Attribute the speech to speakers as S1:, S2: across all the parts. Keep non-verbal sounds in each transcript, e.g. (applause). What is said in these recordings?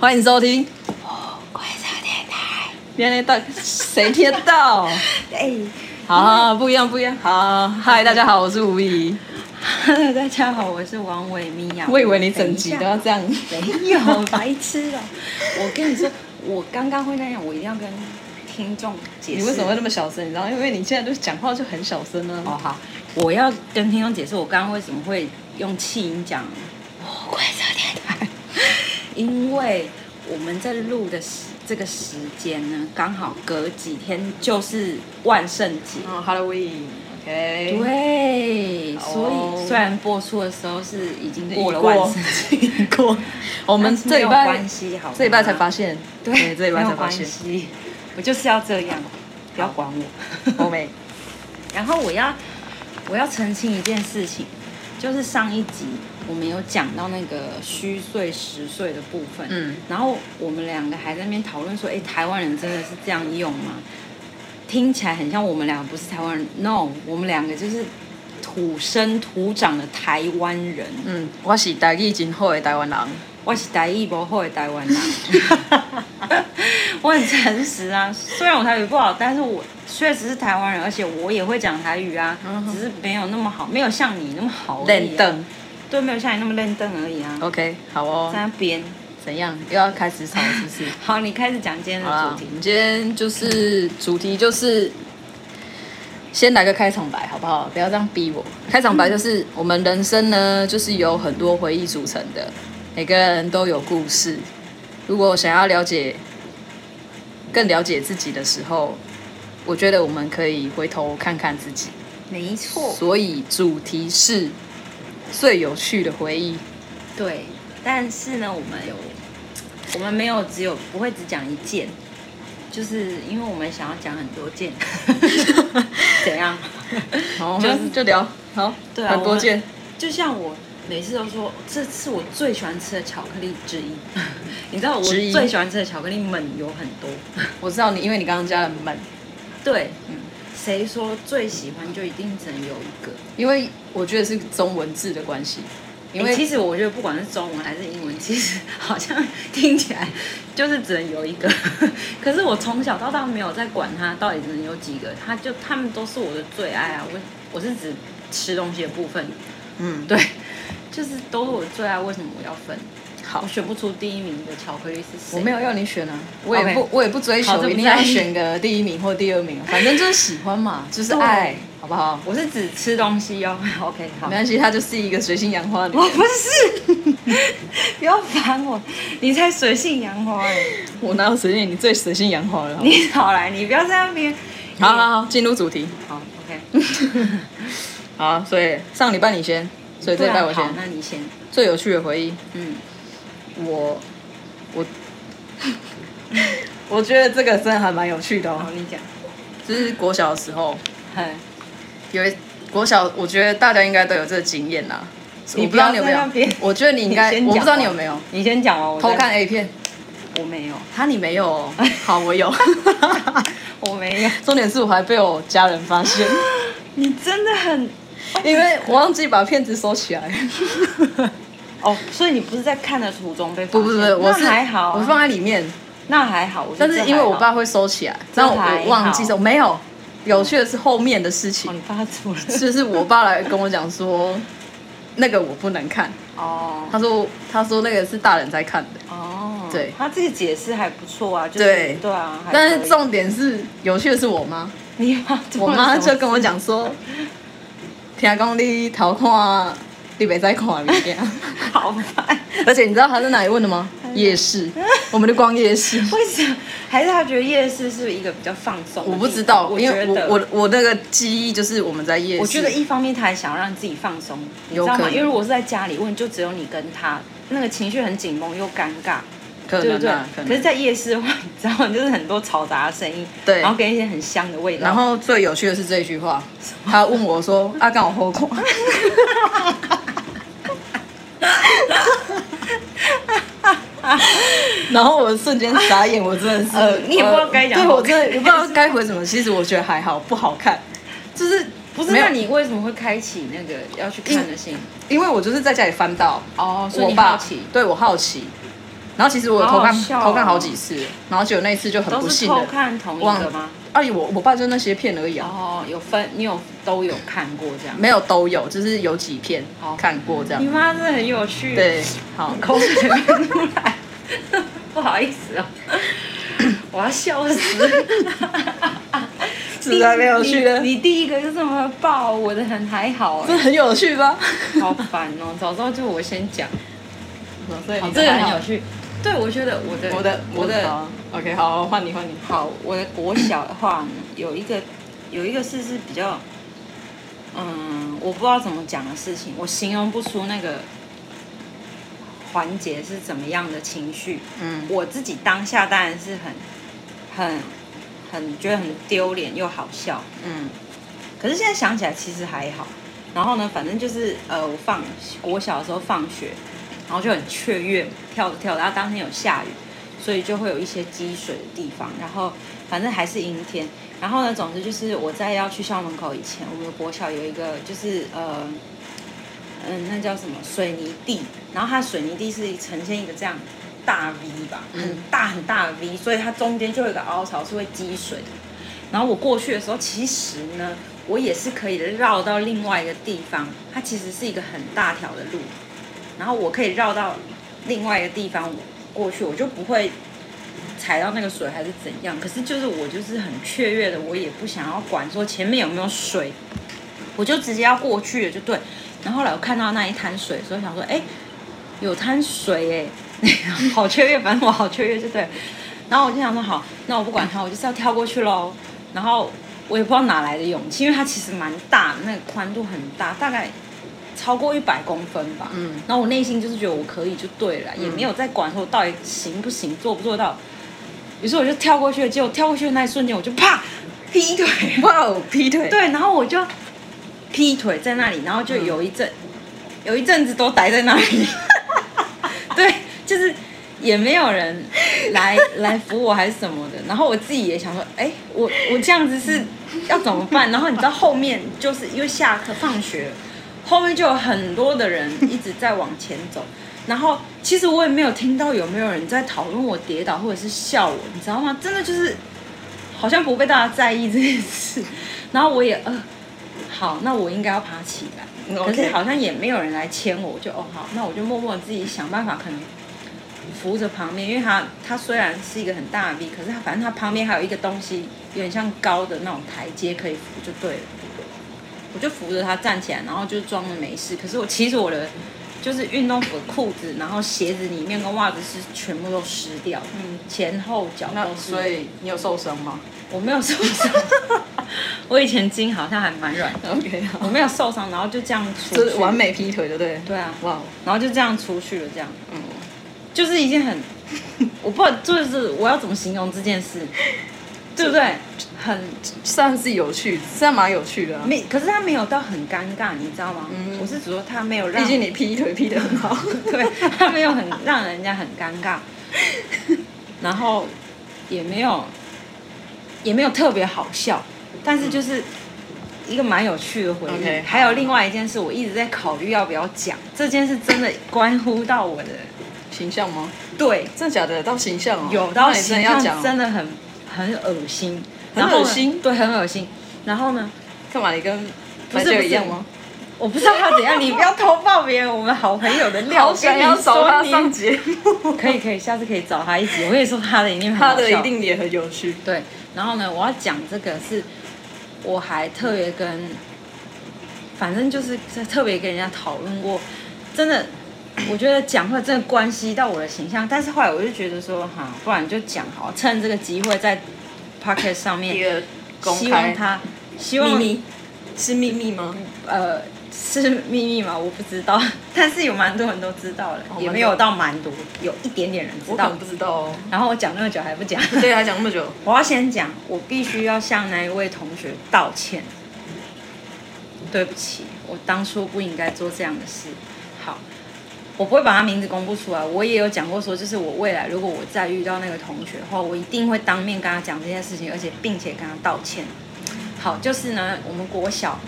S1: 欢迎收听。
S2: 怪兽电台。
S1: 原来到谁听得
S2: (laughs)
S1: 到？
S2: 哎，
S1: 好好，好不一样，不一样。好，嗨，大家好，我是吴怡。
S2: (laughs) 大家好，哎我是王伟米娅。
S1: 我以为你整集
S2: 啊
S1: 都要这样。
S2: (laughs) 没有白痴 (laughs) 哦！我跟你说，我刚刚会那样，我一定要跟听众解释。
S1: 你为什么会那么小声？你知道，因为你现在就是讲话就很小声啊。
S2: 哦好，我要跟听众解释，我刚刚为什么会用气音讲我怪兽电台，因为我们在录的时这个时间呢，刚好隔几天就是万圣节。
S1: 哦，Halloween，OK。
S2: 对，
S1: 好
S2: 所
S1: 哦
S2: 以虽然播出的时候是已经过了
S1: 已过
S2: 万圣节，过，
S1: 我们
S2: 但是
S1: 这礼
S2: 没有
S1: 拜
S2: 关系好吗，
S1: 这礼拜才发现，
S2: 对，
S1: 这礼拜才
S2: 没有
S1: 发
S2: 关
S1: 现。
S2: 系，我就是要这样，不要管
S1: (laughs)
S2: 我。
S1: 欧美，
S2: 然后我要我要澄清一件事情，就是上一集我们有讲到那个虚岁实岁的部分，
S1: 嗯，
S2: 然后我们两个还在那边讨论说，哎，台湾人真的是这样用吗？听起来很像我们两个不是台湾人，no，我们两个就是土生土长的台湾人，
S1: 嗯，我是台语真好的台湾人。
S2: 我是台语不好的台湾人， (laughs) 我很诚实啊。虽然我台语不好，但是我确实是台湾人，而且我也会讲台语啊，
S1: 嗯哼
S2: 只是没有那么好，没有像你那么好而
S1: 练
S2: 已、啊。
S1: 凳
S2: 对，没有像你那么认真而已啊。
S1: ，OK，好
S2: 在
S1: 哦。
S2: 那边，
S1: 怎样？又要开始吵是不是？
S2: 好，你开始讲今天
S1: 好啦
S2: 的主题
S1: 我。们今天就是主题就是先来个开场白，好不好？不要这样逼我。开场白就是我们人生呢，就是由很多回忆组成的，每个人都有故事。如果想要了解更了解自己的时候，我觉得我们可以回头看看自己。
S2: 没错，
S1: 所以主题是最有趣的回忆。
S2: 对。但是呢，我们有，我们没有只有不会只讲一件，就是因为我们想要讲很多件， (laughs) 怎样？
S1: 好，我
S2: 就
S1: 们
S2: 是
S1: 就聊好，
S2: 对啊
S1: 很
S2: 我
S1: 多
S2: 们
S1: 见。
S2: 就像我每次都说，这是我最喜欢吃的巧克力之一。 (laughs) 你知道我
S1: 之一
S2: 最喜欢吃的巧克力们有很多，
S1: 我知道你，因为你刚刚加了门。
S2: 对，嗯，谁说最喜欢就一定只能有一个？
S1: 因为我觉得是中文字的关系，因
S2: 因
S1: 为、
S2: 为、其实我觉得不管是中文还是英文，其实 (laughs) 好像听起来就是只能有一个。 (laughs) 可是我从小到大没有在管它到底只能有几个，它就他们都是我的最爱啊。我我是指吃东西的部分，
S1: 嗯，
S2: 对，就是都是我的最爱，为什么我要分？
S1: 好
S2: 我，选不出第一名的巧克力是谁。
S1: 我没有要你选啊，我也
S2: OK
S1: 不我也不追
S2: 好这
S1: 求
S2: 不
S1: 一定
S2: 在
S1: 要
S2: 意
S1: 选个第一名或第二名啊，反正就是喜欢嘛，就是爱
S2: 对，
S1: 好不好？
S2: 我是指吃东西哦。OK，好 (laughs)
S1: 没。关系，他就是一个随性杨花的
S2: 我
S1: 人。
S2: 不是， (laughs) 不要烦我，你才水性杨花哎！
S1: 我哪有随性？你最随性杨花了好不好。
S2: 你好来，你不要在那边。
S1: 好好好，进入主题。
S2: 好，OK。 (laughs)
S1: 好，所以上礼拜你先，所以这礼拜我
S2: 好
S1: 先。
S2: 那你先。
S1: 最有趣的回忆，
S2: 嗯，
S1: 我我 (laughs) 我觉得这个真的还蛮有趣的
S2: 好，
S1: 哦，
S2: 你讲。
S1: (laughs) 就是国小的时候。
S2: 嗨，
S1: 有一国小，我觉得大家应该都有这个经验啦。
S2: 你
S1: 我不知道
S2: 不
S1: 你
S2: 要
S1: 有没
S2: 在那边
S1: 有， (laughs) 我觉得你应该，
S2: 你先
S1: 我不
S2: 讲吧
S1: 知道你有没有
S2: 你先讲哦。我再
S1: 偷看？A 片，
S2: 我没有，
S1: 哈，你没有、
S2: (laughs)
S1: 哦，好，我有。 (laughs)
S2: 我没有。 (laughs)
S1: 重点是我还被我家人发现，
S2: 你真的很
S1: 因为我忘记把片子收起
S2: (laughs)
S1: 来。
S2: 哦，所以你不是在看的途中被发
S1: 不
S2: 现？
S1: 不不，我是
S2: 那还好啊，
S1: 我是放在里面，
S2: 那还好，我觉
S1: 但
S2: 得
S1: 是
S2: 这
S1: 因为
S2: 还
S1: 我
S2: 好
S1: 爸会收起来，
S2: 这
S1: 但我
S2: 还好
S1: 我忘记收，没有。有趣的是后面的事
S2: 哦，
S1: 情，
S2: 你爸出了
S1: 就是我爸来跟我讲说，那个我不能看，
S2: 哦
S1: 他说他说那个是大人在看的。(laughs)
S2: 哦，
S1: 对
S2: 他这个解释还不错啊，就是
S1: 对
S2: 对啊，还
S1: 但
S2: 可
S1: 是
S2: 以
S1: 重点是，有趣的是我
S2: (laughs)
S1: 妈，
S2: 你妈做
S1: 我
S2: 了
S1: 妈
S2: 什么
S1: 就跟我讲说，听讲你偷看，你别再看物
S2: (laughs)
S1: 件。
S2: 好烦，
S1: 而且你知道她在哪里问的吗？
S2: 哎
S1: 夜市，我们就逛夜市。
S2: 为什么？还是他觉得夜市是一个比较放松的地方？
S1: 我不知道，
S2: (laughs) 我
S1: 因
S2: 觉
S1: 为
S2: 得
S1: 我我我那个记忆就是我们在夜市。
S2: 我觉得一方面他还想要让自己放松，你知
S1: 有
S2: 道
S1: 可
S2: 吗？
S1: 能
S2: 因为如果是在家里问，就只有你跟他，那个情绪很紧绷又尴尬，
S1: 可
S2: 对不
S1: 能
S2: 对
S1: 啊，？可
S2: 可是，
S1: 能。
S2: 在夜市的话，你知道吗？就是很多嘈杂的声音，
S1: 对
S2: 然后跟一些很香的味道，
S1: 然后最有趣的是这一句话，她问我说：“啊，刚我
S2: (laughs)
S1: 后看。然后我瞬间傻眼，我真的是，
S2: 呃你也不知道该讲
S1: 对
S2: 好
S1: 我真的也不知道该回什么。其实我觉得还好，不好看，
S2: 就是不是？
S1: 没有
S2: 那你为什么会开启那个要去看的心？
S1: 因为我就是在家里翻到
S2: 哦，所以
S1: 我
S2: 你
S1: 爸
S2: 好奇，
S1: 对我好奇，然后其实我有偷看
S2: 好好笑哦
S1: 偷看好几次，然后就有那一次就很不
S2: 都是
S1: 幸
S2: 偷
S1: 的，
S2: 看同一
S1: 忘
S2: 个吗？
S1: 哎，我我爸就那些片而已啊，
S2: 哦，有分，你有都有看过这样？
S1: 没有都有，就是有几片
S2: 好
S1: 看过这样
S2: 你。妈真的很有趣，，
S1: 对，好，
S2: 口水 (laughs) 喷出来，不好意思 (laughs) 哦，我要笑死。
S1: 实在没有趣了
S2: 你你你第一个就这么爆，我的很还好哎、
S1: 这很有趣吧？
S2: 好烦哦！早知道就我先讲，
S1: 所以
S2: 好，
S1: 你
S2: 这
S1: 的
S2: 个
S1: 还
S2: 很
S1: 好
S2: 有趣。对，我觉得我的
S1: 我的我
S2: 我的
S1: 的，OK，好，换你换你。
S2: 好，我的国小的话呢，有一个有一个事是比较，嗯，我不知道怎么讲的事情，我形容不出那个环节是怎么样的情绪。
S1: 嗯
S2: 我自己当下当然是很很很觉得很丢脸又好笑，
S1: 嗯
S2: 可是现在想起来其实还好。然后呢，反正就是呃，我放国小的时候放学，然后就很雀跃，跳着跳着，然后当天有下雨，所以就会有一些积水的地方。然后反正还是阴天。然后呢，总之就是我在要去校门口以前，我们的国小有一个就是呃，嗯，那叫什么水泥地，然后它水泥地是呈现一个这样大 V 吧，很大很大的 V，所以它中间就有一个凹槽是会积水的。然后我过去的时候，其实呢，我也是可以绕到另外一个地方，它其实是一个很大条的路，然后我可以绕到另外一个地方过去，我就不会踩到那个水还是怎样。可是就是我就是很雀跃的，我也不想要管说前面有没有水，我就直接要过去了就对。然后后来我看到那一滩水，所以我想说，哎，有滩水哎、 (laughs) 好雀跃，反正我好雀跃就对了。然后我就想说，好，那我不管它，我就是要跳过去喽。然后我也不知道哪来的勇气，因为它其实蛮大，那个宽度很大，大概超过一百公分吧。
S1: 嗯
S2: 然后我内心就是觉得我可以就对了，也没有在管说我到底行不行，做不做到。于是我就跳过去了，结果跳过去的那一瞬间，我就啪劈腿。
S1: 哇哦，劈腿。
S2: 对，然后我就劈腿在那里，然后就有一阵、有一阵子都待在那里。对，就是也没有人来 (laughs) 来扶我还是什么的。然后我自己也想说，哎、我我这样子是要怎么办？然后你知道后面就是因为下课放学，后面就有很多的人一直在往前走。然后其实我也没有听到有没有人在讨论我跌倒或者是笑我，你知道吗？真的就是好像不被大家在意这件事。然后我也呃，好，那我应该要爬起来。
S1: 嗯
S2: 可
S1: OK
S2: 是好像也没有人来牵我，我就哦好，那我就默默自己想办法，可能扶着旁边，因为它它虽然是一个很大的 V，可是它反正它旁边还有一个东西，有点像高的那种台阶可以扶，就对了。我就扶着它站起来，然后就装着没事。可是我其实我的就是运动服、裤子，然后鞋子里面跟袜子是全部都湿掉的，
S1: 嗯
S2: 前后脚
S1: 那
S2: 都是。
S1: 所以你有受伤吗
S2: 我没有受伤， (laughs) 我以前筋好像还蛮软的，
S1: ？OK，好
S2: 我，没有受伤，然后就这样出
S1: 这
S2: 去，
S1: 是完。美劈腿，对不对？
S2: 对啊，
S1: 哇哦，
S2: 然后就这样出去了，这样
S1: 嗯，
S2: 就是一件很，我不知道就是我要怎么形容这件事，对不对？很
S1: 算是有趣，这样蛮有趣的啊。
S2: 没，可是他没有到很尴尬，你知道吗？
S1: 嗯
S2: 我是只说他没有让
S1: 毕，竟你劈腿劈得很
S2: (laughs)
S1: 好。
S2: 对他没有很让人家很尴尬，然后也没有也没有特别好笑，但是就是一个蛮有趣的回忆。
S1: 嗯 OK，
S2: 还有另外一件事，我一直在考虑要不要讲，这件事真的关乎到我的
S1: 形象吗？
S2: 对，
S1: 真的假的？到形象哦，
S2: 有到
S1: 那你真
S2: 形
S1: 的要
S2: 象
S1: 讲
S2: 真
S1: 哦。
S2: 的很很恶心，
S1: 很
S2: 然后呢
S1: 恶心
S2: 对，很恶心。然后呢，
S1: 干嘛？你跟
S2: 不
S1: 白
S2: 是
S1: 雪
S2: 不
S1: 一
S2: 是
S1: 样吗？
S2: 我不知道他怎样，你不要偷爆别人我们好朋友的料，
S1: 好
S2: 我跟
S1: 想
S2: 你
S1: 要找他
S2: 说你
S1: 上节目，
S2: (laughs) 可以可以，下次可以找他一起。我跟你说，他的一定很
S1: 他
S2: 好
S1: 的
S2: 笑
S1: 一定也很有趣。
S2: 对。然后呢，我要讲这个是，我还特别跟，反正就是特别跟人家讨论过，真的，我觉得讲话真的关系到我的形象。但是后来我就觉得说，哈，不然就讲好，趁这个机会在 Pocket 上
S1: 一
S2: 面，
S1: 个公
S2: 希望
S1: 开
S2: 他，希
S1: 秘
S2: 望
S1: 密是秘密吗？
S2: 呃是秘密嘛，我不知道， (laughs) 但是有蛮多人都知道了，
S1: 哦
S2: 也
S1: 蛮
S2: 没
S1: 多
S2: 有到蛮多，有一点点人嗯知
S1: 我可
S2: 道
S1: 能。不知道哦。
S2: 然后我讲那么久还不讲，
S1: 对他讲那么久，
S2: 我要先讲，我必须要向那一位同学道歉。对不起，我当初不应该做这样的事。好，我不会把他名字公布出来。我也有讲过说，就是我未来如果我再遇到那个同学的话，我一定会当面跟他讲这件事情，而且并且跟他道歉。好，就是呢，我们国小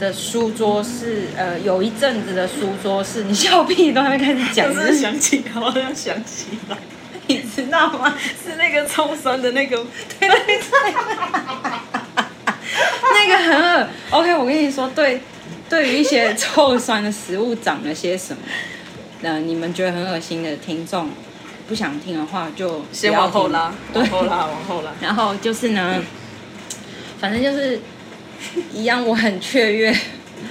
S2: 的书桌是呃有一阵子的书桌是，你笑屁，你都还没开始讲，
S1: 可
S2: 就是
S1: 是想起来，我好像想起来，
S2: 道吗？
S1: 是那个冲酸的那个，
S2: 对对 (laughs) 对，那个很恶。OK，我跟你说，对，对于一些臭酸的食物长了些什么，那你们觉得很恶心的听众，不想听的话就不
S1: 先
S2: 要
S1: 往后
S2: 听
S1: 拉，
S2: 对
S1: 往，后拉，往后拉。
S2: 然后就是呢，反正就是一样，我很雀跃，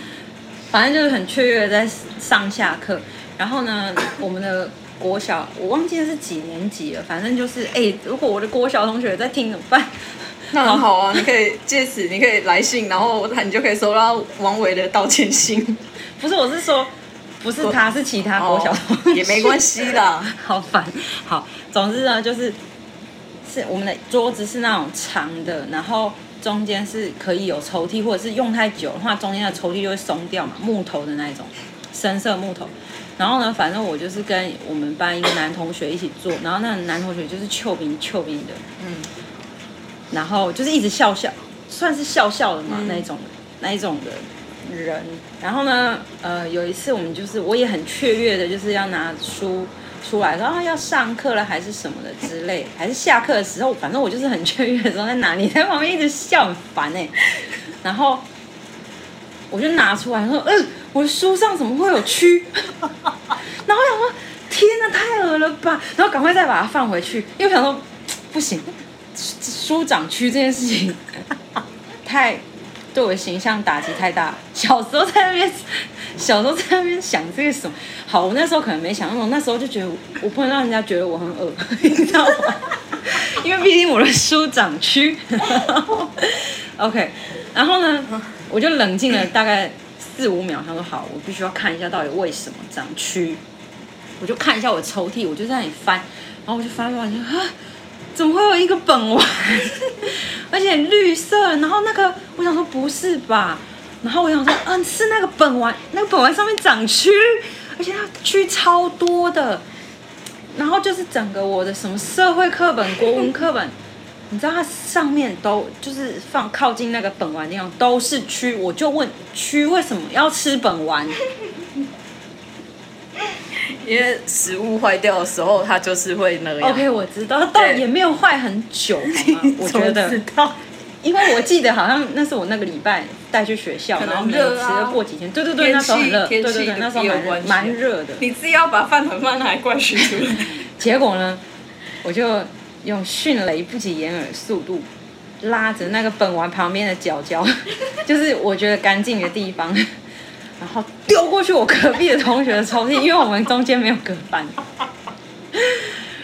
S2: (laughs) 反正就是很雀跃地在上下课。然后呢，我们的国小我忘记是几年级了，反正就是哎、如果我的国小同学在听怎么办？
S1: 那很好啊，你可以借此你可以来信，然后你就可以收到王维的道歉信，
S2: (laughs) 不是，我是说，不是他，是其他国小同学、
S1: 哦也没关系啦。
S2: (laughs) 好烦。好，总之呢，就是是我们的桌子是那种长的，然后中间是可以有抽屉，或者是用太久的话，中间的抽屉就会松掉嘛，木头的那一种，深色木头。然后呢，反正我就是跟我们班一个男同学一起坐，然后那个男同学就是丘比丘比的，
S1: 嗯，
S2: 然后就是一直笑笑，算是笑笑的嘛、那一种那一种的人。然后呢，呃，有一次我们就是我也很雀跃的，就是要拿书出来，然后要上课了还是什么的之类，还是下课的时候，反正我就是很雀跃的时候在哪里，在旁边一直笑，很烦哎、然后我就拿出来说，嗯、我的书上怎么会有蛆？ (laughs) 然后我想说，天哪，太恶了吧！然后赶快再把它放回去，因为我想说，不行，书长区这件事情太对我的形象打击太大。小时候在那边，小时候在那边想这个什么，好，我那时候可能没想那种，那时候就觉得我我不能让人家觉得我很恶， (laughs) 你知道吗？因为毕竟我的书长区 (laughs) ，OK，然后呢，我就冷静了大概四五秒，他说好，我必须要看一下到底为什么长蛆，我就看一下我的抽屉，我就在那里翻，然后我就翻翻，我就啊，怎么会有一个本丸？而且绿色，然后那个我想说不是吧，然后我想说，嗯、是那个本丸，那个本丸上面长蛆，而且它蛆超多的，然后就是整个我的什么社会课本、国文课本。你知道它上面都就是放靠近那个本丸那种都是蛆，我就问蛆为什么要吃本丸？
S1: 因为食物坏掉的时候，它就是会那样。
S2: OK，我知道，但也没有坏很久，好吗？
S1: (laughs)
S2: 我觉
S1: 怎
S2: 得
S1: 么，知道
S2: 因为我记得好像那是我那个礼拜带去学校，
S1: 可能
S2: 然后没有
S1: 热
S2: 吃
S1: 啊
S2: 了过几天，对对对，
S1: 天
S2: 那时候很
S1: 气
S2: 热，对
S1: 天
S2: 对
S1: 气
S2: 对，那时候
S1: 有
S2: 蛮
S1: 关
S2: 热
S1: 系，
S2: 蛮热的。
S1: 你自己要把饭很慢拿来灌食出来。
S2: 结果呢，我就用迅雷不及掩耳的速度拉着那个本丸旁边的角角， (laughs) 就是我觉得干净的地方，然后丢过去我隔壁的同学的抽屉，因为我们中间没有隔板。 (laughs)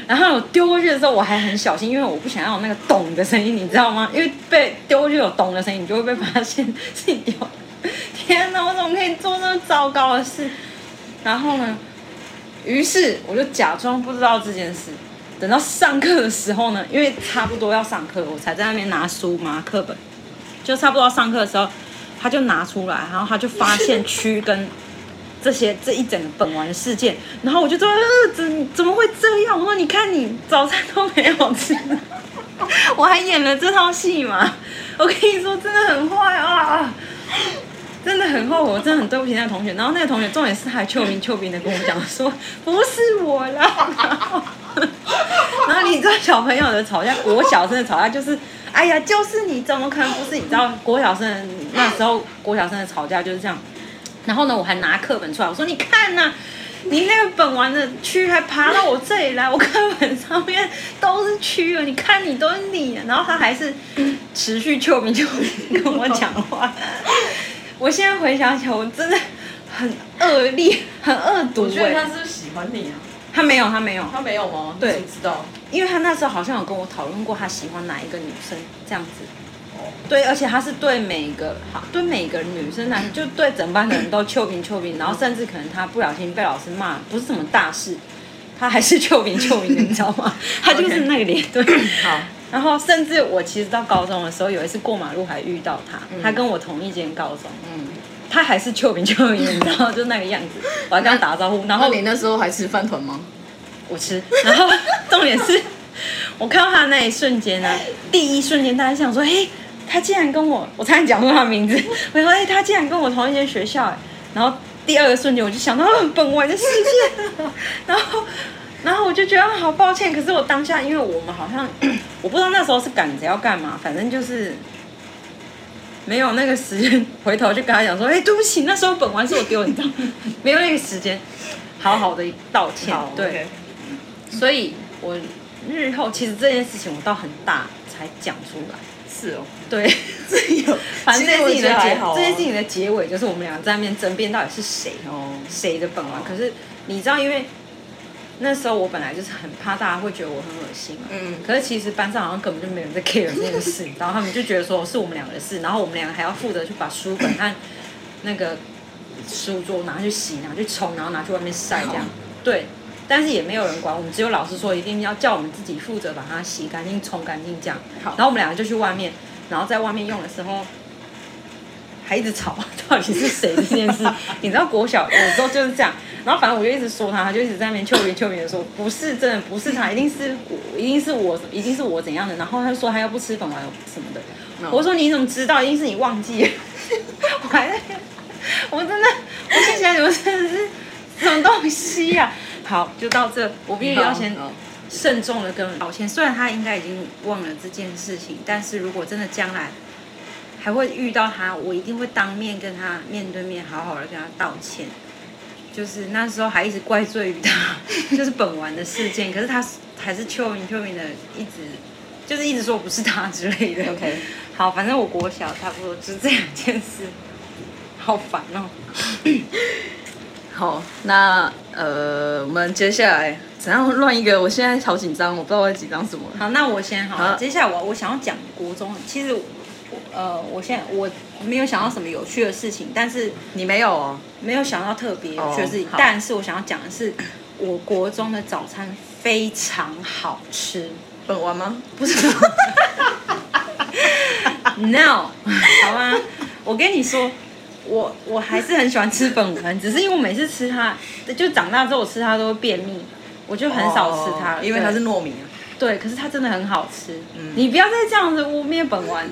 S2: 然后我丢过去的时候，我还很小心，因为我不想要有那个咚的声音，你知道吗？因为被丢过去有咚的声音，你就会被发现自己丢。 (laughs) 天哪，我怎么可以做这么糟糕的事？然后呢，于是我就假装不知道这件事。等到上课的时候呢，因为差不多要上课，我才在那边拿书嘛，课本，就差不多要上课的时候，他就拿出来，然后他就发现 (laughs) 蛆跟这些这一整个本丸的事件，然后我就说，呃，怎怎么会这样？我说，你看你早餐都没有吃， (laughs) 我还演了这套戏嘛，我跟你说，真的很坏啊！真的很后悔，我真的很对不起那个同学。然后那个同学重点是还秋明秋明的跟我讲说不是我啦。 (laughs) 然后然后你知道小朋友的吵架，国小生的吵架就是，哎呀，就是你怎么可能不是？你知道国小生的那时候国小生的吵架就是这样。然后呢，我还拿课本出来，我说你看呐、你那个本丸的蛆还爬到我这里来，我课本上面都是蛆了，你看你都是你啊。然后他还是持续秋明秋明跟我讲话。 (laughs) 我现在回想起来，我真的很恶劣，很恶毒、
S1: 我觉得
S2: 欸。
S1: 他是喜欢你啊，
S2: 他没有，他没有，
S1: 他没有吗？
S2: 对
S1: 你怎么知道？
S2: 因为他那时候好像有跟我讨论过，他喜欢哪一个女生这样子。对，而且他是对每一个好，对每一个女生男，就对整班的人都丘比丘比，然后甚至可能他不小心被老师骂，不是什么大事，他还是丘比丘比的，你知道吗？ (laughs) 他就是那个脸，对。
S1: 好，
S2: 然后甚至我其实到高中的时候，有一次过马路还遇到他，他跟我同一间高中，
S1: 嗯，
S2: 他还是丘比丘比，你知道，就那个样子，我还跟他打招呼，然
S1: 然
S2: 后
S1: 后你那时候还吃饭团吗？
S2: 我吃，然后重点是，我看到他的那一瞬间呢、第一瞬间大家想说，哎、他竟然跟我，我差点讲出他的名字，我想说，哎、他竟然跟我同一间欸学校、哎然后第二个瞬间我就想到，哦本丸的世界，然后然后我就觉得啊好抱歉，可是我当下因为我们好像我不知道那时候是赶着要干嘛，反正就是没有那个时间回头就跟他讲说，哎、对不起，那时候本丸是我丢，你知道，没有那个时间好好的道歉
S1: 好，，
S2: 对。
S1: OK
S2: 所以我日后其实这件事情我到很大才讲出来。
S1: 是哦，
S2: 对，
S1: 是哦有，
S2: (laughs) 反正这件事
S1: 我
S2: 情
S1: 觉
S2: 的
S1: 得
S2: 结
S1: 还，好啊
S2: 这件事情的结尾就是我们俩在那边争辩到底是谁
S1: 哦，
S2: 谁的本丸。可是你知道，因为那时候我本来就是很怕大家会觉得我很恶心嘛。
S1: 嗯，
S2: 可是其实班上好像根本就没有人在 care 这件事， (laughs) 然后他们就觉得说是我们两个的事，然后我们两个还要负责去把书本和那个书桌拿去洗、拿去冲，然后拿去外面晒这样
S1: 好。
S2: 对，但是也没有人管我们，只有老师说一定要叫我们自己负责把它洗干净、冲干净这样。
S1: 好
S2: 嗯然后我们两个就去外面，然后在外面用的时候。还一直吵，到底是谁这件
S1: (laughs)
S2: 事？你知道国小有时候就是这样，然后反正我就一直说他，他就一直在那边秋云秋云的说，不是真的，不是他，一定是我，一定是我，一定是我怎样的。然后他就说他又不吃粉丸什么的，
S1: 嗯
S2: 我说你怎么知道？一定是你忘
S1: (laughs)
S2: 记了。我还在，我真的，我现在我真的是什么东西呀、好，就到这，我必须要先
S1: 好嗯
S2: 慎重的跟人道歉。虽然他应该已经忘了这件事情，但是如果真的将来还会遇到他，我一定会当面跟他面对面好好的跟他道歉。就是那时候还一直怪罪于他， (laughs) 就是本丸的事件，可是他还是秋明秋明的一直就是一直说不是他之类的。
S1: OK
S2: 好，反正我国小差不多就是这两件事，好烦哦。
S1: 好，那呃，我们接下来怎样乱一个？我现在好紧张，我不知道我在紧张什么。
S2: 好，那我先好了
S1: 好
S2: 接下来我我想要讲国中，其实我呃，我现在我没有想到什么有趣的事情，但是
S1: 你没有哦？
S2: 没有想到特别有趣的事情
S1: 哦好
S2: 但是我想要讲的是，我国中的早餐非常好
S1: (laughs)
S2: 吃。
S1: 本丸吗？
S2: 不是，no，好吗？我跟你说，我我还是很喜欢吃粉丸，只是因为我每次吃它，就长大之后我吃它都会便秘，我就很少吃它了、
S1: 哦因为它
S2: 对
S1: 是糯米。啊
S2: (laughs) 对，可是它真的很好吃。
S1: 嗯
S2: 你不要再这样子污蔑本丸，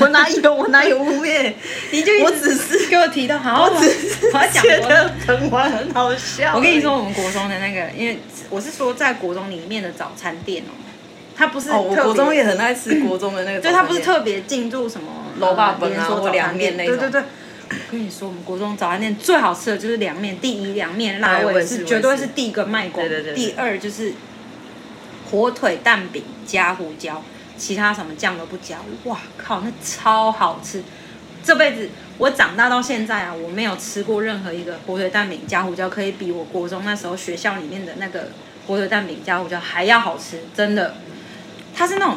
S1: 我哪有？我哪有污蔑？
S2: 你就一直
S1: 我只是
S2: 给我提到，
S1: (laughs)
S2: 好，
S1: 我只是
S2: 我要讲
S1: 觉
S2: 国
S1: 得嗯本丸很好笑。
S2: 我跟你说，，我们国中的那个，因为我是说在国中里面的早餐店哦，它不是
S1: 哦，我
S2: 特
S1: 国
S2: 别
S1: 中也很爱吃国中的那个早
S2: (laughs)
S1: 餐
S2: 对，
S1: 店，
S2: 它不是特别进驻什么
S1: 楼霸本啊
S2: 连锁
S1: 或
S2: 早餐
S1: 凉面
S2: 店
S1: 那
S2: 对
S1: 种
S2: 对对。我跟你说，我们国中早餐店最好吃的就是凉面，第一凉面辣
S1: 哎我
S2: 味
S1: 也是我也
S2: 绝对
S1: 是
S2: 是第一个卖光，
S1: 对对对对
S2: 第二就是火腿蛋饼加胡椒，其他什么酱都不加。哇靠，那超好吃！这辈子我长大到现在啊，我没有吃过任何一个火腿蛋饼加胡椒可以比我国中那时候学校里面的那个火腿蛋饼加胡椒还要好吃，真的。它是那种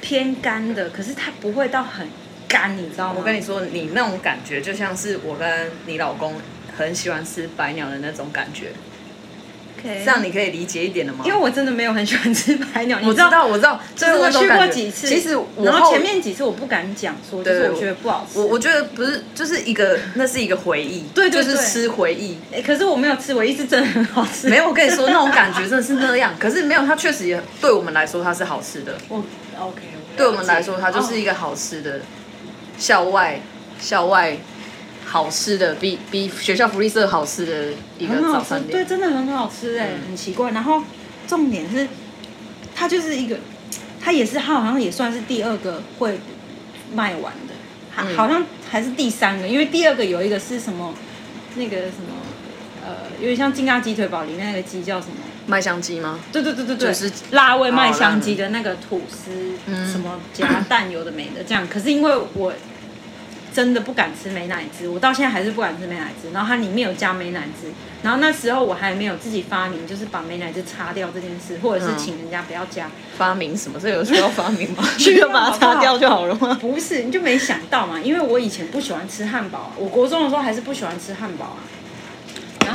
S2: 偏干的，可是它不会到很干，你知道吗？
S1: 我跟你说，你那种感觉就像是我跟你老公很喜欢吃白鸟的那种感觉，
S2: OK，
S1: 这样你可以理解一点了吗？
S2: 哎因为我真的没有很喜欢吃白鸟，
S1: 我
S2: 你
S1: 知道，我知道，就
S2: 就是是
S1: 那
S2: 我
S1: 种
S2: 去
S1: 感
S2: 过
S1: 觉
S2: 几次，
S1: 其实我
S2: 然后
S1: 后
S2: 前面几次我不敢讲说，就
S1: 对
S2: 是我觉得不好吃。
S1: 我我觉得不是，就是一个那是一个回忆，
S2: 对对
S1: 就是
S2: 对
S1: 吃回
S2: (laughs)
S1: 忆。
S2: 哎可是我没有吃，我一直真的很好吃。
S1: 没有，我跟你说，那种感觉真的是那样。可是没有，它确实也对我们来说它是好吃的，
S2: (laughs) 我 OK，
S1: 对我们来说它就是
S2: 哦
S1: 一个好吃的校外校外好吃的，比比学校福利社好吃的一个
S2: 很好
S1: 早
S2: 吃
S1: 餐
S2: 对，
S1: 店。
S2: 真的很好吃哎、
S1: 嗯
S2: 很奇怪。然后重点是，它就是一个，它也是它好像也算是第二个会卖完的，还
S1: 嗯
S2: 好像还是第三个，因为第二个有一个是什么那个什么呃，有点像《金刚鸡腿堡》里面那个鸡叫什么？
S1: 麦香鸡吗？
S2: 对对对对对，
S1: 就是
S2: 辣味麦香鸡的那个吐司，
S1: 嗯
S2: 什么夹蛋有的没的这样。可是因为我真的不敢吃美乃滋，我到现在还是不敢吃美乃滋。然后它里面有加美乃滋，然后那时候我还没有自己发明，就是把美乃滋擦掉这件事，或者是
S1: 嗯
S2: 请人家不要加。
S1: 发明什么？这有需要发 (laughs) 明吗？
S2: 需要好不好
S1: 就好了吗？
S2: 不是，你就没想到嘛？因为我以前不喜欢吃汉堡、啊，我国中的时候还是不喜欢吃汉堡啊。然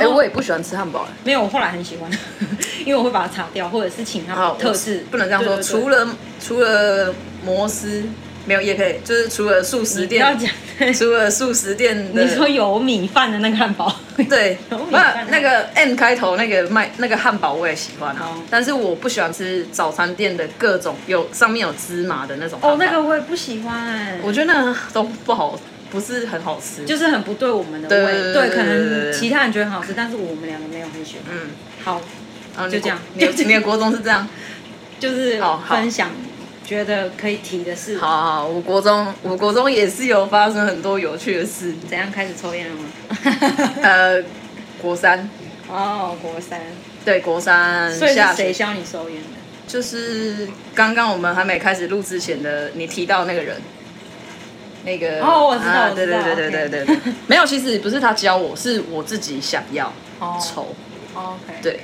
S1: (laughs) 哎、
S2: 后
S1: 我也不喜欢吃汉堡、哎
S2: 没有，我后来很喜欢， (laughs) 因为我会把它擦掉，或者是请他
S1: 好，
S2: 们特
S1: 我
S2: 制。
S1: 不能这样说。
S2: 对对对
S1: 除了除了摩斯，没有也可以，就是除了素食
S2: 你不要
S1: 店，
S2: 讲，
S1: 除了素食店的，
S2: 你说有米饭的那个汉堡，
S1: 对，
S2: 有米
S1: 不
S2: 饭啊
S1: 那个 M 开头那个麦那个汉堡我也喜欢啊
S2: 哦，
S1: 但是我不喜欢吃早餐店的各种有上面有芝麻的那种
S2: (laughs) 哦
S1: 汉，堡
S2: 那个我也不喜欢哎、
S1: 我觉得那都不好，不是很好吃。
S2: 就是很不对我们的
S1: 对
S2: 胃，
S1: 对对
S2: 对，
S1: 对
S2: 可
S1: 对对
S2: 能
S1: 对
S2: 其他人觉得很好吃，但是我们两个没有很喜欢。
S1: 嗯，
S2: 好，
S1: 啊
S2: 就这样
S1: 你的
S2: 就这样
S1: 你的国中是这样？
S2: 就是
S1: 好好
S2: 分享觉得可以提的事。
S1: 好好，好我国中我国中也是有发生很多有趣的
S2: (laughs)
S1: 事。
S2: 怎样开始抽烟了吗？
S1: (laughs) 呃，国三
S2: (laughs) 哦，国三，
S1: 对国三
S2: 所以
S1: 嗯下
S2: 是
S1: 学
S2: 谁教你抽烟的？
S1: 就是刚刚我们还没开始录之前的，你提到那个人，那个
S2: 哦我知道
S1: 啊
S2: 我
S1: 对
S2: 知
S1: 对
S2: 道
S1: 对对对
S2: OK
S1: 对对，没有，其实不是他教我，是我自己想要
S2: 哦
S1: 抽，
S2: ，OK，，
S1: 对，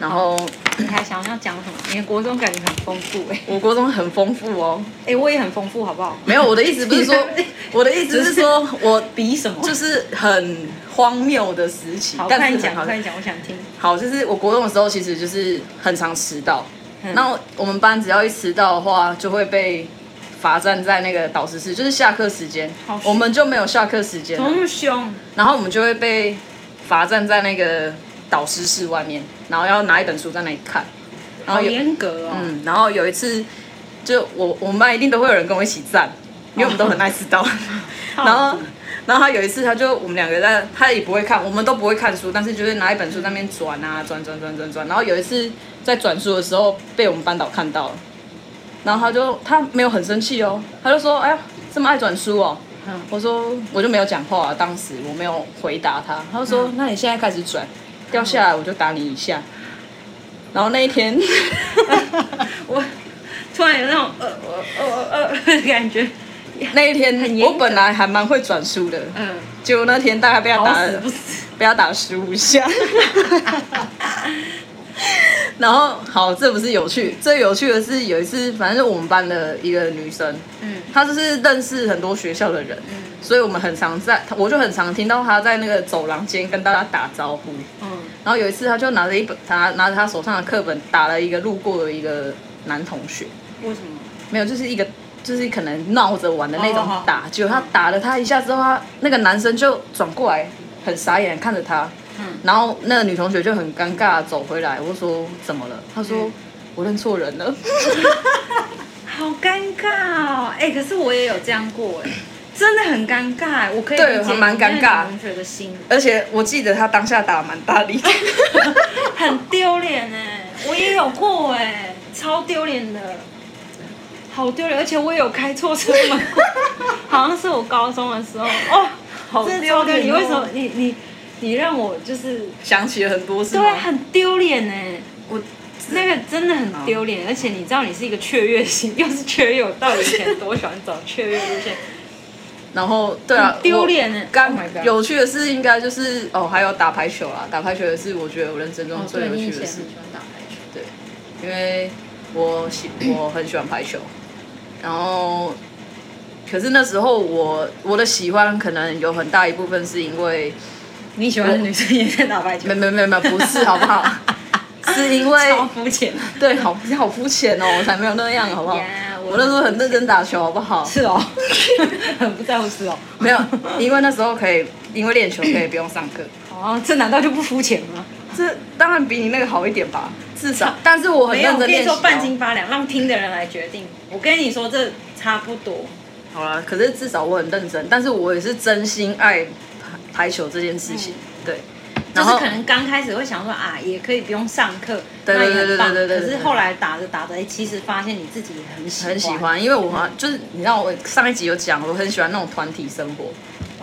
S1: 然后
S2: 你还想要讲什么？你的国中感觉很丰富 (laughs) 哎、
S1: 我国中很丰富哦，
S2: 哎、我也很丰富，好不好？，
S1: 没有，我的意思不是说
S2: (laughs) 你
S1: 我的意思是说我
S2: 比什么？
S1: 就是很荒谬的时期
S2: 好，，
S1: 但
S2: 快
S1: 是
S2: 点
S1: 很
S2: 讲，
S1: 好
S2: 快点讲，我想听。
S1: 好，就是我国中的时候，其实就是很常迟到。
S2: 嗯
S1: 那我我们班只要一迟到的话，就会被罚站在那个导师室，就是下课时间
S2: 好，凶哦
S1: 我们就没有下课时间
S2: 怎么
S1: 了
S2: 那么凶？
S1: 然后我们就会被罚站在那个导师室外面，然后要拿一本书在那里看。然
S2: 好
S1: 后有
S2: 严格哦。
S1: 嗯，然后有一次，就我我们班一定都会有人跟我一起站，因为我们都很爱迟到。
S2: 好
S1: 然后， (laughs) 然后他有一次，他就我们两个在，他也不会看，我们都不会看书，但是就是拿一本书在那边转啊转转转转转。然后有一次在转书的时候被我们班导看到了，然后他就他没有很生气哦，他就说：“哎呀，这么爱转书哦。”
S2: 嗯
S1: 我说我就没有讲话、当时我没有回答他。他就说：“ (laughs) 那你现在开始转，掉下来我就打你一下。”然后那一
S2: (laughs)
S1: 天，
S2: 我突然有那种呃呃呃呃呃的感觉，
S1: 那一
S2: 很
S1: 天
S2: 严
S1: 我
S2: 格
S1: 本来还蛮会转书的，
S2: 嗯，
S1: 结果那天大概被他
S2: 好
S1: 打
S2: 死
S1: 了
S2: 不。死，
S1: 不要打十五下。 (laughs) 然后好，这不是有趣，最有趣的是有一次，反正是我们班的一个女生，
S2: (laughs) 嗯
S1: 她就是认识很多学校的人，
S2: 嗯
S1: 所以我们很常在，我就很常听到她在那个走廊间跟大家打招呼。
S2: 嗯，
S1: 然后有一次，她就拿着一本，她拿着她手上的课本打了一个路过的一个男同学，
S2: 为什么？
S1: 没有，就是一个就是可能闹着玩的那种
S2: 哦好
S1: 打，结果她打了他一下之后，她那个男生就转过来，很傻眼看着她。
S2: 嗯，
S1: 然后那个女同学就很尴尬地走回来，我说怎么了？她说、
S2: 嗯
S1: 我认错人了。 (laughs)
S2: 好尴尬哦，哎、可是我也有这样过哎、真的很尴尬哎、我可以
S1: 对
S2: 理解
S1: 还蛮
S2: 你那个
S1: 尴尬
S2: 同学的心
S1: 而且我记得她当下打蛮大力的， (laughs)
S2: 很丢脸哎，我也有过哎、超丢脸的，好丢脸，而且我也有开错车
S1: (laughs)
S2: 门过，好像是我高中的时候哦，
S1: 好
S2: 真的超丢脸，你
S1: 丢脸哦
S2: 为什么你你你让我就是
S1: 想起了很多事
S2: 对，啊
S1: 吗？
S2: 很丢脸哎，我那个真的很丢脸，而且你知道你是一个雀跃型， (laughs) 又是雀跃，我到底以前多喜欢走雀跃路线，
S1: 然后对啊，
S2: 很丢脸
S1: 我
S2: 欸
S1: 刚
S2: Oh my god
S1: 有趣的事应该就是哦，还有打排球啦，打排球也是我觉得我人生
S2: 哦
S1: 中最有趣的事，
S2: 欢打排球，
S1: 对，因为我喜我很喜欢排球，然后。可是那时候我我的喜欢可能有很大一部分是因为
S2: 你喜欢的女生也在打排球
S1: 没，没没没不是好不
S2: (laughs)
S1: 好？是因为
S2: 超肤浅，
S1: 对，好你好肤浅哦，我才没有那样，好不好
S2: Yeah，我
S1: 我那时候很认真打球，好不
S2: (laughs)
S1: 好？
S2: 是哦，很不在乎是哦，
S1: 没有，因为那时候可以，因为练球可以不用上课，
S2: 哦，这难道就不肤浅吗？
S1: 这当然比你那个好一点吧，至
S2: (laughs)
S1: 少。但是我很
S2: 没有，
S1: 认
S2: 我
S1: 真
S2: 跟你
S1: 练习
S2: 说
S1: 哦。
S2: 半斤八两，让听的人来决定。我跟你说这差不多，
S1: 好了，可是至少我很认真，但是我也是真心爱排排球这件事情，对。
S2: 嗯
S1: 然
S2: 就是
S1: 后
S2: 可能刚开始会想说啊，也可以不用上课，
S1: 对
S2: 那也很棒。
S1: 对对对对对
S2: 可是后来打着打着，哎其实发现你自己很喜
S1: 很喜欢，因为我好像就是你知道，我上一集有讲，我很喜欢那种团体生活，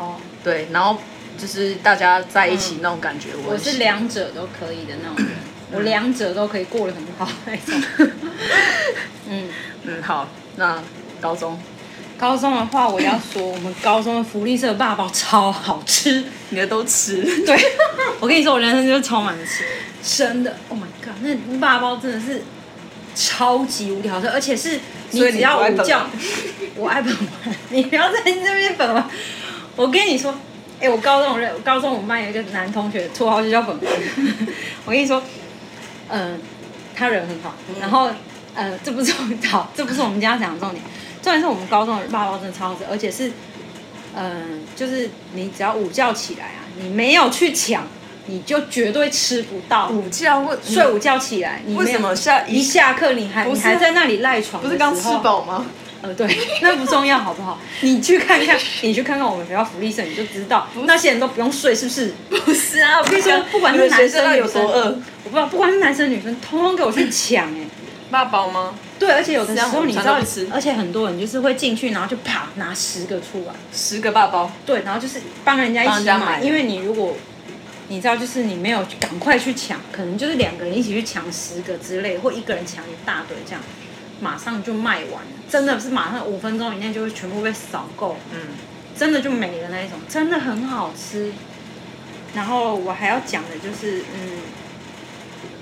S2: 哦，
S1: 对，然后就是大家在一起那种感觉，我
S2: 我
S1: 很喜
S2: 是
S1: 欢
S2: 两者都可以的那种人，我两者都可以过得很 (laughs) 好那种。嗯，
S1: 嗯，好，那高中
S2: 高中的话，我要说我们高中的福利社霸包超好吃。
S1: 你的都吃， (laughs)
S2: 对，我跟你说，我人生就是充满了吃，真的，Oh my god，那霸包真的是超级无敌好吃，而且是你
S1: 所以你
S2: 只要
S1: 不爱
S2: 午
S1: 本
S2: 觉 (laughs)
S1: 吗，
S2: 我爱本丸，你不要在这边本丸。我跟你说，哎、我高中我认，我高中我们班有一个男同学，绰号就叫本丸。 (laughs) 我跟你说，嗯、他人很好，
S1: 嗯
S2: 然后呃，这不是我们好，这不是我们家讲的重点，重点是我们高中的霸包真的超好吃，而且是，嗯、就是你只要午觉起来啊，你没有去抢，你就绝对吃不到。
S1: 午觉为
S2: 睡午觉起来，你没有
S1: 为什么下
S2: 一下课你还
S1: 不
S2: 你
S1: 是
S2: 还在那里赖床
S1: 不
S2: 的时候？
S1: 是刚吃饱吗？
S2: 呃，对， (laughs) 那不重要，好不好？你去看看，你去看看我们学校福利社，你就知道那些人都不用睡，是不是？
S1: 不是 (laughs) 啊，我
S2: 跟你说，不管是男生
S1: 有多饿，，
S2: 我不知道，不管是男生女生，通通给我去抢啊哎、
S1: 爸包吗？
S2: (laughs) 对，而且有的时
S1: 这样
S2: 候
S1: 我
S2: 你
S1: 们常
S2: 知道
S1: 常不吃，
S2: 而且很多人就是会进去，然后就啪拿十个出来，
S1: 十个爸包，
S2: 对，然后就是帮人家一
S1: 帮人
S2: 起
S1: 家
S2: 买，
S1: 买
S2: 因为你如果你知道，就是你没有赶快去抢，可能就是两个人一起去抢十个之类，或一个人抢一大堆这样，马上就卖完了，真的是马上五分钟以内就会全部被扫购，
S1: 嗯，
S2: 真的就没了那一种，真的很好吃。然后我还要讲的就是，嗯，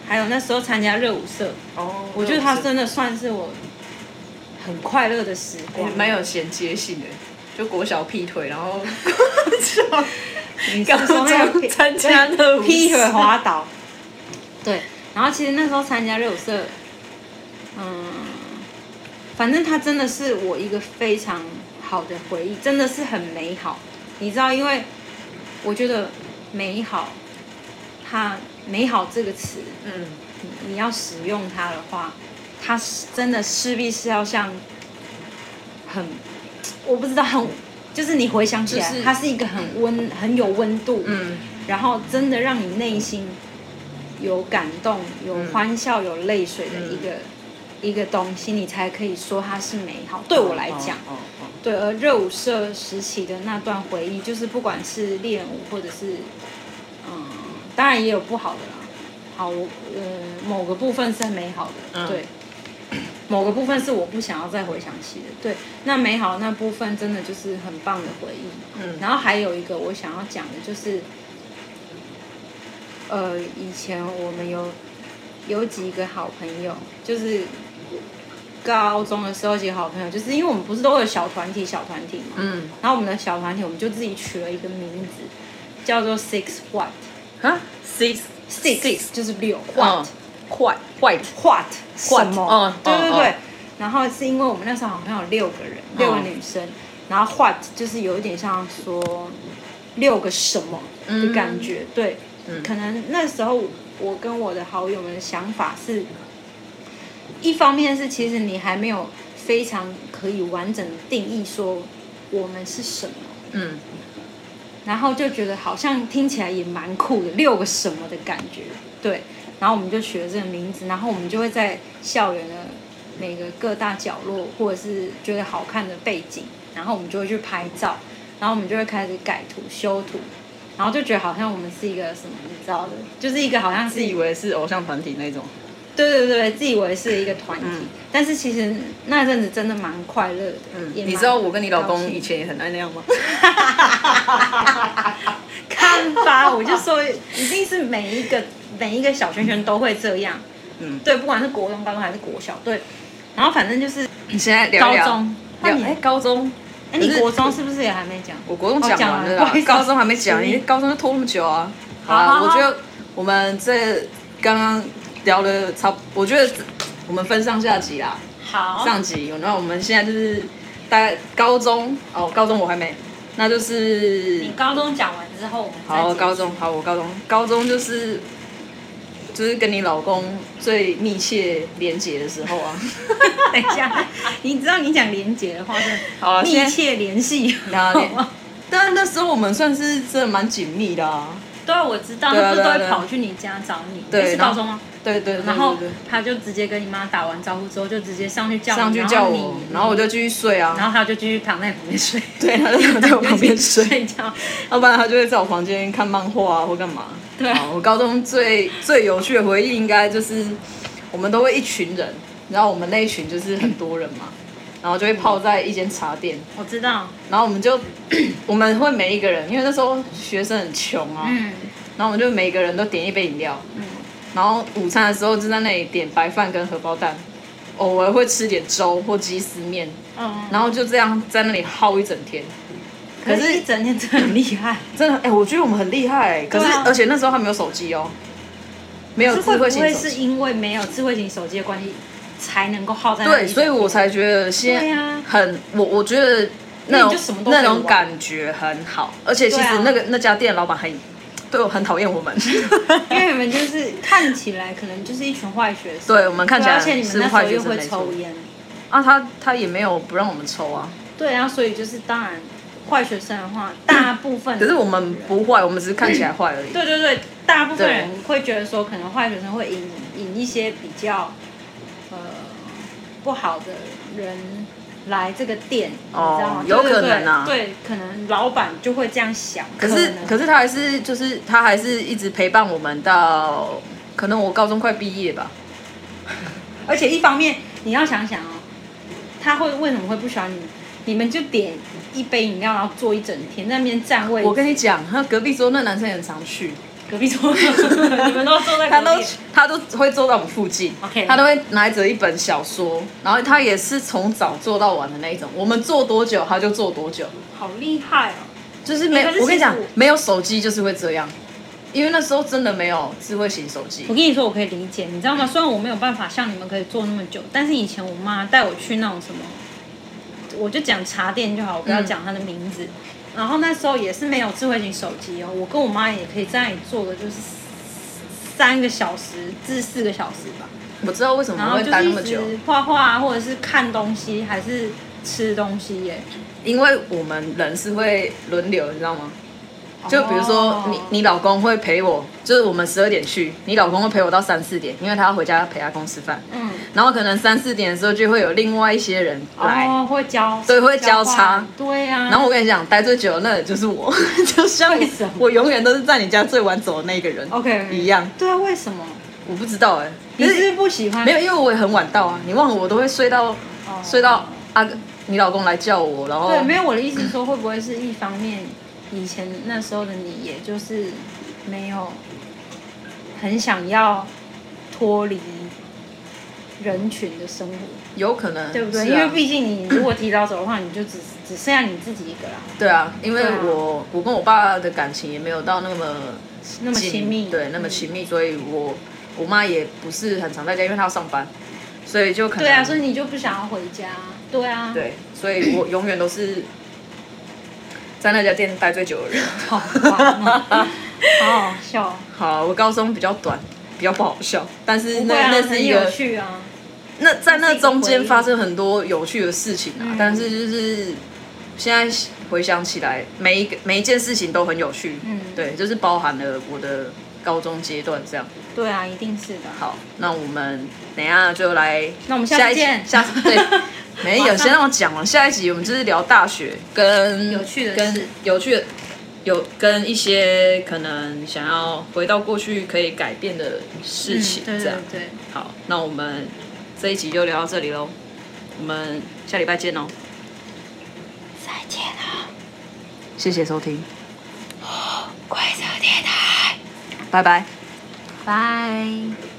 S2: 还有那时候参加热舞社，
S1: 哦，
S2: 我觉得它真的算是我很快乐的时光，
S1: 蛮有衔接性的，就国小劈腿，然
S2: (laughs)
S1: 后
S2: 你
S1: 高
S2: 说那个
S1: 中参加热舞社
S2: (laughs) 劈腿滑倒。对，然后其实那时候参加热舞社，嗯，反正它真的是我一个非常好的回忆，真的是很美好。你知道，因为我觉得美好，它美好这个词，
S1: 嗯，
S2: 你你要使用它的话，它是真的势必是要像很，我不知道很，就是你回想起来，
S1: 就是
S2: 它是一个很温、很有温度，
S1: 嗯，
S2: 然后真的让你内心有感动、有
S1: 嗯
S2: 欢笑、有泪水的一个、一个东西，你才可以说它是美好。对我来讲，
S1: 哦，哦
S2: 对，而热舞社时期的那段回忆，就是不管是练舞或者是，嗯，当然也有不好的啦。好，我呃某个部分是美好的，
S1: 嗯
S2: 对， (coughs) 某个部分是我不想要再回想起的。对，那美好那部分真的就是很棒的回忆。
S1: 嗯
S2: 然后还有一个我想要讲的就是，呃，以前我们有有几个好朋友，就是高中的时候几个好朋友，就是因为我们不是都有小团体小团体嘛，
S1: 嗯，
S2: 然后我们的小团体我们就自己取了一个名字，叫做 Six What，Six
S1: 啊，six
S2: 就是六
S1: 嗯
S2: What、
S1: white white
S2: What 什
S1: What，
S2: 么？
S1: 嗯
S2: 对对
S1: 嗯
S2: 对
S1: 嗯。
S2: 然后是因为我们那时候好像有六个人，六个
S1: 嗯
S2: 女生，然后 What 就是有一点像说六个什么的感觉，对。
S1: 嗯
S2: 可能那时候我跟我的好友们的想法是，一方面是其实你还没有非常可以完整的定义说我们是什么，
S1: 嗯，
S2: 然后就觉得好像听起来也蛮酷的，六个什么的感觉，对。然后我们就取了这个名字，然后我们就会在校园的每个各大角落，或者是觉得好看的背景，然后我们就会去拍照，然后我们就会开始改图、修图，然后就觉得好像我们是一个什么，你知道的，就是一个好像是
S1: 自以为是偶像团体那种，
S2: 对对对，自以为是一个团体，
S1: 嗯
S2: 但是其实那阵子真的蛮快乐的。也
S1: 嗯
S2: 蛮
S1: 你知道我跟你老
S2: 高
S1: 公
S2: 兴
S1: 以前也很爱那样吗？ (laughs)
S2: 看吧，我就说一定是每一个每一个小圈圈都会这样。
S1: 嗯
S2: 对，不管是国中、高中还是国小，对。然后反正就是
S1: 你现在聊
S2: 高
S1: 一聊，
S2: 中，那
S1: 聊
S2: 你
S1: 哎，高中
S2: 哎，你
S1: 可是
S2: 国中是不是也还没讲？
S1: 我国中讲完了
S2: 哦讲完了不
S1: 啦
S2: 好意，思
S1: 高中还没
S2: (laughs)
S1: 讲，
S2: 嗯
S1: 你高中就拖那么久啊？
S2: 好
S1: 啦
S2: 好好
S1: 我觉得我们这刚刚聊的差不，我觉得我们分上下集啦，
S2: 好
S1: 上集有，那我们现在就是大概高中哦，高中我还没，那就是
S2: 你高中讲完之后，我们再
S1: 好
S2: 继续
S1: 高中，好我高中，高中就是就是跟你老公最密切连结的时候
S2: (laughs)
S1: 啊。
S2: (laughs) 等一下，你知道你讲连结的话是
S1: 好啊现
S2: 密
S1: 在
S2: 切联系，
S1: 哪里
S2: 好吗
S1: 但那时候我们算是真的蛮紧密的啊。
S2: (laughs) 对啊，我知道，
S1: 对啊
S2: 他不是都
S1: 对啊
S2: 会
S1: 对啊
S2: 跑去你家找你，
S1: 对
S2: 那是
S1: 然后
S2: 高中吗？
S1: 对对对
S2: 然后
S1: 对对
S2: 他就直接跟你妈打完招呼之后，就直接上去叫你
S1: 上去
S2: 然后
S1: 叫
S2: 你
S1: 我，然后我就继续睡啊。
S2: 然后他就继续躺在旁边睡，
S1: 对，他就 (laughs) 在我旁
S2: (laughs)
S1: 边睡，
S2: 睡觉。
S1: 要不然他就会在我房间看漫画啊，或干嘛。
S2: 对啊
S1: 好我高中最最有趣的回忆应该就是，我们都会一群人，然后我们那一群就是很多人嘛，然后就会泡在一间茶店，
S2: 我知道，
S1: 然后我们就 (coughs) 我们会每一个人，因为那时候学生很穷啊，
S2: 嗯
S1: 然后我们就每个人都点一杯饮料，
S2: 嗯，
S1: 然后午餐的时候就在那里点白饭跟荷包蛋，偶尔会吃点粥或鸡丝面，
S2: 哦。
S1: 然后就这样在那里耗一整天。
S2: 可
S1: 可是
S2: 是一整天真的很厉害，
S1: 真的，哎、我觉得我们很厉害、可是、
S2: 对啊
S1: 而且那时候还没有手机哦、 (laughs) 没有
S2: 是
S1: 智
S2: 会不
S1: 慧型
S2: 会
S1: 手
S2: 是
S1: 机。
S2: 因为没有智慧型手机的关系，才能够耗在那
S1: 对，
S2: 里？
S1: 所以我才觉得
S2: 对
S1: 现
S2: 啊
S1: 在很，我我觉得那
S2: 因为你
S1: 种
S2: 就什么都可以
S1: 那
S2: 玩
S1: 种感觉很好，而且其
S2: 对
S1: 实
S2: 啊
S1: 那个、那家店老板很对我很讨厌我们，
S2: 因为你们就是看起来可能就是一群坏学生，
S1: (laughs) 对我们看起来
S2: 对而且你们
S1: 是
S2: 那时
S1: 坏
S2: 候
S1: 学
S2: 又
S1: 生
S2: 会
S1: 没错
S2: 抽烟，
S1: 啊，他他也没有不让我们抽啊。
S2: 对啊，所以就是当然，坏学生的话，大部分
S1: 可是我们不坏，我们只是看起来坏而已。
S2: 对对对，大部分人会觉得说，可能坏学生会引引一些比较呃不好的人来这个店，
S1: 哦
S2: 你知道吗？
S1: 有
S2: 对对
S1: 可能啊
S2: 对对，可能老板就会这样想。
S1: 可是
S2: 能
S1: 可是他还是就是他还是一直陪伴我们到可能我高中快毕业吧。
S2: 而且一方面你要想想哦，他会为什么会不喜欢你？你们就点一杯饮料，然后坐一整天，在那边占位置。
S1: 我跟你讲，他隔壁桌那男生也很常去，
S2: 隔壁桌，你们都坐在
S1: 他
S2: 隔
S1: 都
S2: 壁。
S1: 他都会坐到我们附近
S2: OK
S1: 他都会拿着一本小说，然后他也是从早坐到晚的那一种。我们坐多久他就坐多久，
S2: 好厉害哦！
S1: 就是没
S2: 欸可是其实
S1: 我跟你讲
S2: 我，
S1: 没有手机就是会这样，因为那时候真的没有智慧型手机
S2: 我。跟你说，我可以理解，你知道吗？虽然我没有办法像你们可以坐那么久，但是以前我妈带我去那种什么，我就讲茶店就好，我不要
S1: 嗯
S2: 讲它的名字。然后那时候也是没有智慧型手机哦，我跟我妈也可以在那里坐个就是三个小时至四个小时吧，
S1: 我知道为什
S2: 然
S1: 么
S2: 后
S1: 会
S2: 就
S1: 待
S2: 是
S1: 那
S2: 一
S1: 么久，
S2: 直画画啊，或者是看东西，还是吃东西耶。
S1: 因为我们人是会轮流，你知道吗？就比如说
S2: 哦
S1: 你你老公会陪我，就是我们十二点去，你老公会陪我到三四点，因为他要回家陪阿公吃饭。
S2: 嗯，
S1: 然后可能三四点的时候就会有另外一些人来，
S2: 哦，会交，
S1: 对会交叉
S2: 换，对呀、啊。
S1: 然后我跟你讲，待最久的那个就是我， (laughs) 就像
S2: 为什么
S1: 我永远都是在你家最晚走的那个人
S2: OK
S1: 一样。
S2: 对啊，为什么？
S1: 我不知道哎、
S2: 你是不是不喜欢？
S1: 没有，因为我也很晚到啊，你忘了我都会睡到
S2: 哦
S1: 睡到阿、你老公来叫我，然后
S2: 对，没有我的意思是说，会不会是一方面，以前那时候的你，也就是没有很想要脱离人群的生活，
S1: 有可能
S2: 对不对？
S1: 嗯是
S2: 因
S1: 啊
S2: 为毕竟你如果提早走的话，你就只只剩下你自己一个啦，
S1: 对啊，因为
S2: 对啊
S1: 我、我跟我爸的感情也没有到那么
S2: 那么
S1: 近
S2: 亲密，嗯
S1: 对，那么亲密，所以我我妈也不是很常在家，因为她要上班，所以就可能
S2: 对啊，所以你就不想要回家，对啊，，
S1: 对，所以我永远都是在那家店待最久的人。
S2: (laughs) 好烦哦好好笑哦，
S1: (laughs) 好，我高中比较短，比较不好笑，但是
S2: 不
S1: 那、
S2: 会啊，
S1: 那是
S2: 很
S1: 一
S2: 有
S1: 个
S2: 趣啊，
S1: 那在那中
S2: 那是一个
S1: 间
S2: 回忆
S1: 发生很多有趣的事情啊，
S2: 嗯
S1: 但是就是现在回想起来，每一个每一件事情都很有趣，
S2: 嗯
S1: 对，就是包含了我的高中阶段这样。
S2: 对啊，一定是的。
S1: 好，那我们等一下就来，
S2: 那我们下次
S1: 一集
S2: 见
S1: 下次
S2: (laughs)
S1: 对。没有，
S2: 马上
S1: 先让我讲完。下一集我们就是聊大学跟
S2: 有趣的
S1: 跟
S2: 事
S1: 有趣的，有跟一些可能想要回到过去可以改变的事情，
S2: 嗯、对
S1: 这样
S2: 对。对，
S1: 好，那我们这一集就聊到这里喽，我们下礼拜见哦，
S2: 再见啊，
S1: 谢谢收听，
S2: 怪兽电台，
S1: 拜拜。
S2: 拜。